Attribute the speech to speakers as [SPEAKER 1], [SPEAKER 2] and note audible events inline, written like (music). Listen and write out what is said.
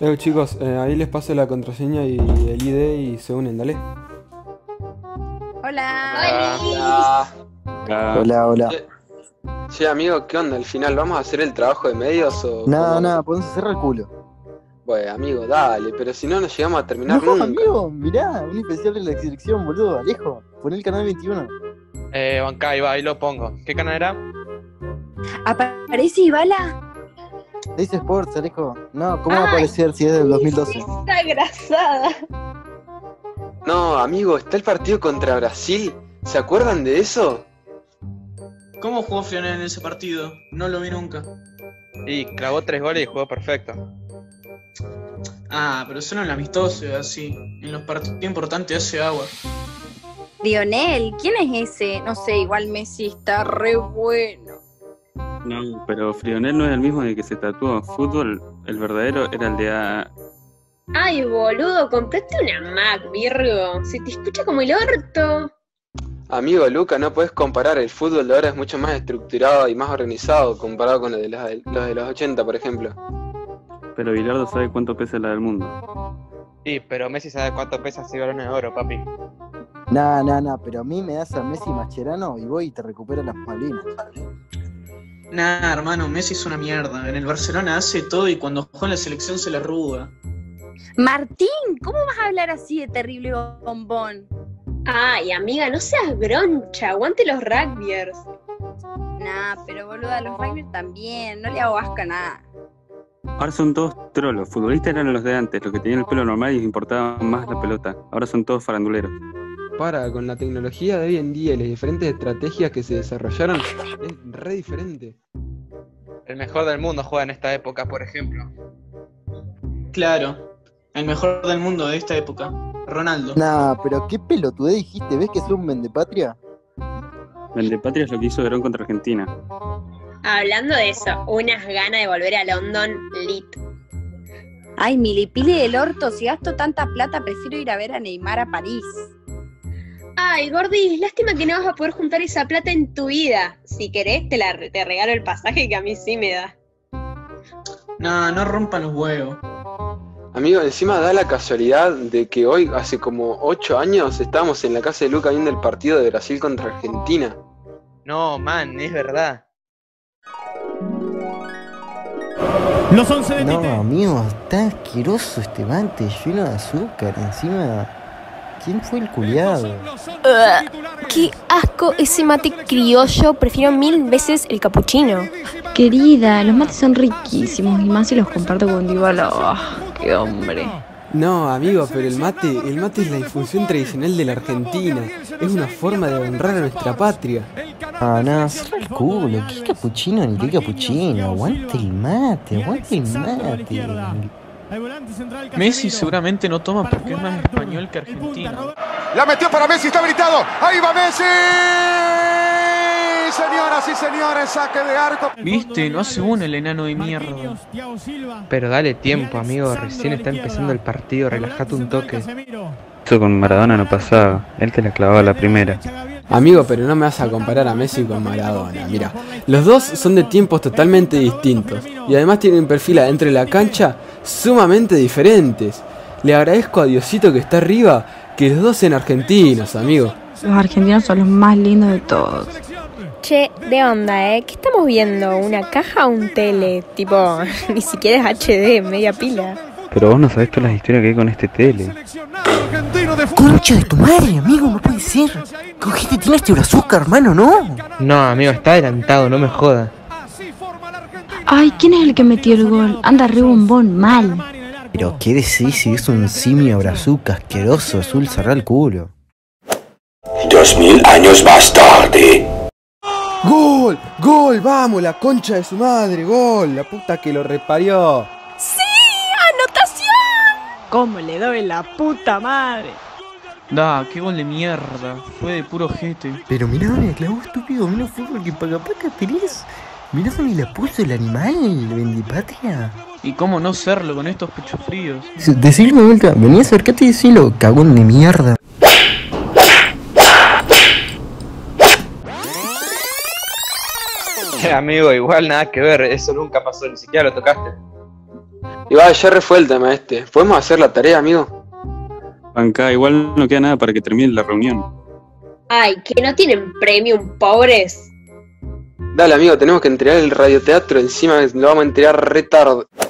[SPEAKER 1] Eh, chicos, eh, ahí les paso la contraseña y el ID y se unen, dale.
[SPEAKER 2] Hola.
[SPEAKER 3] Hola.
[SPEAKER 4] Hola, hola.
[SPEAKER 3] Ah, Che, amigo, ¿qué onda? Al final, ¿vamos a hacer el trabajo de medios o.?
[SPEAKER 4] Nada,
[SPEAKER 3] cómo?
[SPEAKER 4] nada, podemos cerrar el culo.
[SPEAKER 3] Bueno, amigo, dale, pero si no, no llegamos a terminar
[SPEAKER 4] No,
[SPEAKER 3] nunca.
[SPEAKER 4] amigo, mirá, un especial de la selección, boludo, Alejo. Pon el canal 21.
[SPEAKER 5] Eh, banca, ahí va, ahí lo pongo. ¿Qué canal era?
[SPEAKER 2] ¿Aparece Ibala?
[SPEAKER 4] Dice Sports, Alejo. No, ¿cómo va a
[SPEAKER 6] Ay.
[SPEAKER 4] aparecer si es del 2012?
[SPEAKER 6] Está grasada.
[SPEAKER 3] No, amigo, está el partido contra Brasil. ¿Se acuerdan de eso?
[SPEAKER 7] ¿Cómo jugó Fionel en ese partido? No lo vi nunca.
[SPEAKER 5] Y clavó tres goles y jugó perfecto.
[SPEAKER 7] Ah, pero solo en el amistoso y así. En los partidos importantes hace agua.
[SPEAKER 2] Lionel, ¿quién es ese? No sé, igual Messi está re bueno.
[SPEAKER 8] No, pero Frionel no es el mismo de que se tatuó. Fútbol, el verdadero era el de A.
[SPEAKER 6] Ay, boludo, compraste una Mac, Virgo. Se te escucha como el orto.
[SPEAKER 3] Amigo, Luca, no puedes comparar. El fútbol de ahora es mucho más estructurado y más organizado comparado con los de, las- los, de los 80, por ejemplo.
[SPEAKER 8] Pero Bilardo sabe cuánto pesa la del mundo.
[SPEAKER 5] Sí, pero Messi sabe cuánto pesa ese balón de oro, papi.
[SPEAKER 4] Nah, nah, nah, pero a mí me das a Messi Mascherano y voy y te recupero las Malvinas.
[SPEAKER 7] Nah, hermano, Messi es una mierda. En el Barcelona hace todo y cuando juega en la selección se la arruga.
[SPEAKER 2] Martín, ¿cómo vas a hablar así de terrible bombón?
[SPEAKER 6] Ay, amiga, no seas groncha. Aguante los rugbyers.
[SPEAKER 2] Nah, pero boluda, los Raiders también, no le hago asco a nada.
[SPEAKER 8] Ahora son todos trolos. Futbolistas eran los de antes, los que tenían el pelo normal y les importaba más la pelota. Ahora son todos faranduleros.
[SPEAKER 3] Para, con la tecnología de hoy en día y las diferentes estrategias que se desarrollaron, es re diferente.
[SPEAKER 5] El mejor del mundo juega en esta época, por ejemplo.
[SPEAKER 7] Claro, el mejor del mundo de esta época, Ronaldo.
[SPEAKER 4] Nah, pero qué pelotudez dijiste, ¿ves que es un vendepatria?
[SPEAKER 8] Patria es lo que hizo Verón contra Argentina.
[SPEAKER 6] Hablando de eso, unas ganas de volver a London lit.
[SPEAKER 2] Ay, milipili del orto, si gasto tanta plata, prefiero ir a ver a Neymar a París.
[SPEAKER 6] Ay, Gordi, lástima que no vas a poder juntar esa plata en tu vida. Si querés, te, la, te regalo el pasaje que a mí sí me da.
[SPEAKER 7] Nah, no rompan los huevos.
[SPEAKER 3] Amigo, encima da la casualidad de que hoy, hace como 8 años, estábamos en la casa de Luca viendo el partido de Brasil contra Argentina.
[SPEAKER 5] No, man, es verdad.
[SPEAKER 9] Los 11 de
[SPEAKER 4] No,
[SPEAKER 9] Tite.
[SPEAKER 4] amigo, está asqueroso este mate, lleno de azúcar. Encima, ¿quién fue el culiado?
[SPEAKER 10] Qué asco ese mate criollo, prefiero mil veces el capuchino.
[SPEAKER 11] Querida, los mates son riquísimos y más si los comparto con Dybala. Ah, qué hombre.
[SPEAKER 1] No, amigo, pero el mate, el mate es la infusión tradicional de la Argentina. Es una forma de honrar a nuestra patria.
[SPEAKER 4] Ah, no, cerra el culo, qué capuchino ni qué capuchino. Aguante el mate, aguante el mate.
[SPEAKER 7] Messi seguramente no toma porque es más español que argentino.
[SPEAKER 9] La metió para Messi, está habilitado. Ahí va Messi. Señoras y señores, saque de arco.
[SPEAKER 7] Viste, no hace uno el enano de mierda.
[SPEAKER 5] Pero dale tiempo, amigo. Recién está empezando el partido. Relajate un toque.
[SPEAKER 8] Eso con Maradona no pasaba. Él te la clavaba la primera.
[SPEAKER 1] Amigo, pero no me vas a comparar a Messi con Maradona. Mira, los dos son de tiempos totalmente distintos y además tienen perfil adentro de la cancha sumamente diferentes. Le agradezco a Diosito que está arriba que los dos sean argentinos, amigo.
[SPEAKER 11] Los argentinos son los más lindos de todos.
[SPEAKER 6] Che, de onda, ¿eh? ¿Qué estamos viendo? ¿Una caja o un tele? Tipo, (laughs) ni siquiera es HD, media pila.
[SPEAKER 8] Pero vos no sabés todas las historias que hay con este tele.
[SPEAKER 4] Concha de tu madre, amigo, no puede ser. Cogiste,
[SPEAKER 1] este
[SPEAKER 4] tiraste un azúcar, hermano, ¿no?
[SPEAKER 5] No, amigo, está adelantado, no me (laughs) joda.
[SPEAKER 11] Ay, ¿quién es el que metió el gol? Anda re bombón, mal.
[SPEAKER 4] Pero qué decís si es un simio brazuca asqueroso, azul, cerrar el culo.
[SPEAKER 9] Dos mil años más tarde.
[SPEAKER 1] ¡Gol! ¡Gol! ¡Vamos! La concha de su madre, gol. La puta que lo reparió.
[SPEAKER 10] ¡Sí! ¡Anotación!
[SPEAKER 11] ¿Cómo le doy la puta madre?
[SPEAKER 7] Da, qué gol de mierda. Fue de puro jete.
[SPEAKER 4] Pero mirá, me clavó estúpido, mirá fútbol que paga paca tenés. Mirá dónde la puso el animal, vendipatria.
[SPEAKER 7] Y cómo no serlo con estos pechos fríos.
[SPEAKER 4] Decirme vuelta, vení acercate y decilo, cagón de mierda.
[SPEAKER 5] Amigo, igual nada que ver. Eso nunca pasó, ni siquiera lo tocaste.
[SPEAKER 3] Y va, ya refue el tema este. ¿Podemos hacer la tarea, amigo?
[SPEAKER 8] Banca, igual no queda nada para que termine la reunión.
[SPEAKER 6] Ay, que no tienen premium, pobres.
[SPEAKER 3] Dale, amigo, tenemos que entregar el radioteatro. Encima lo vamos a entregar re tarde.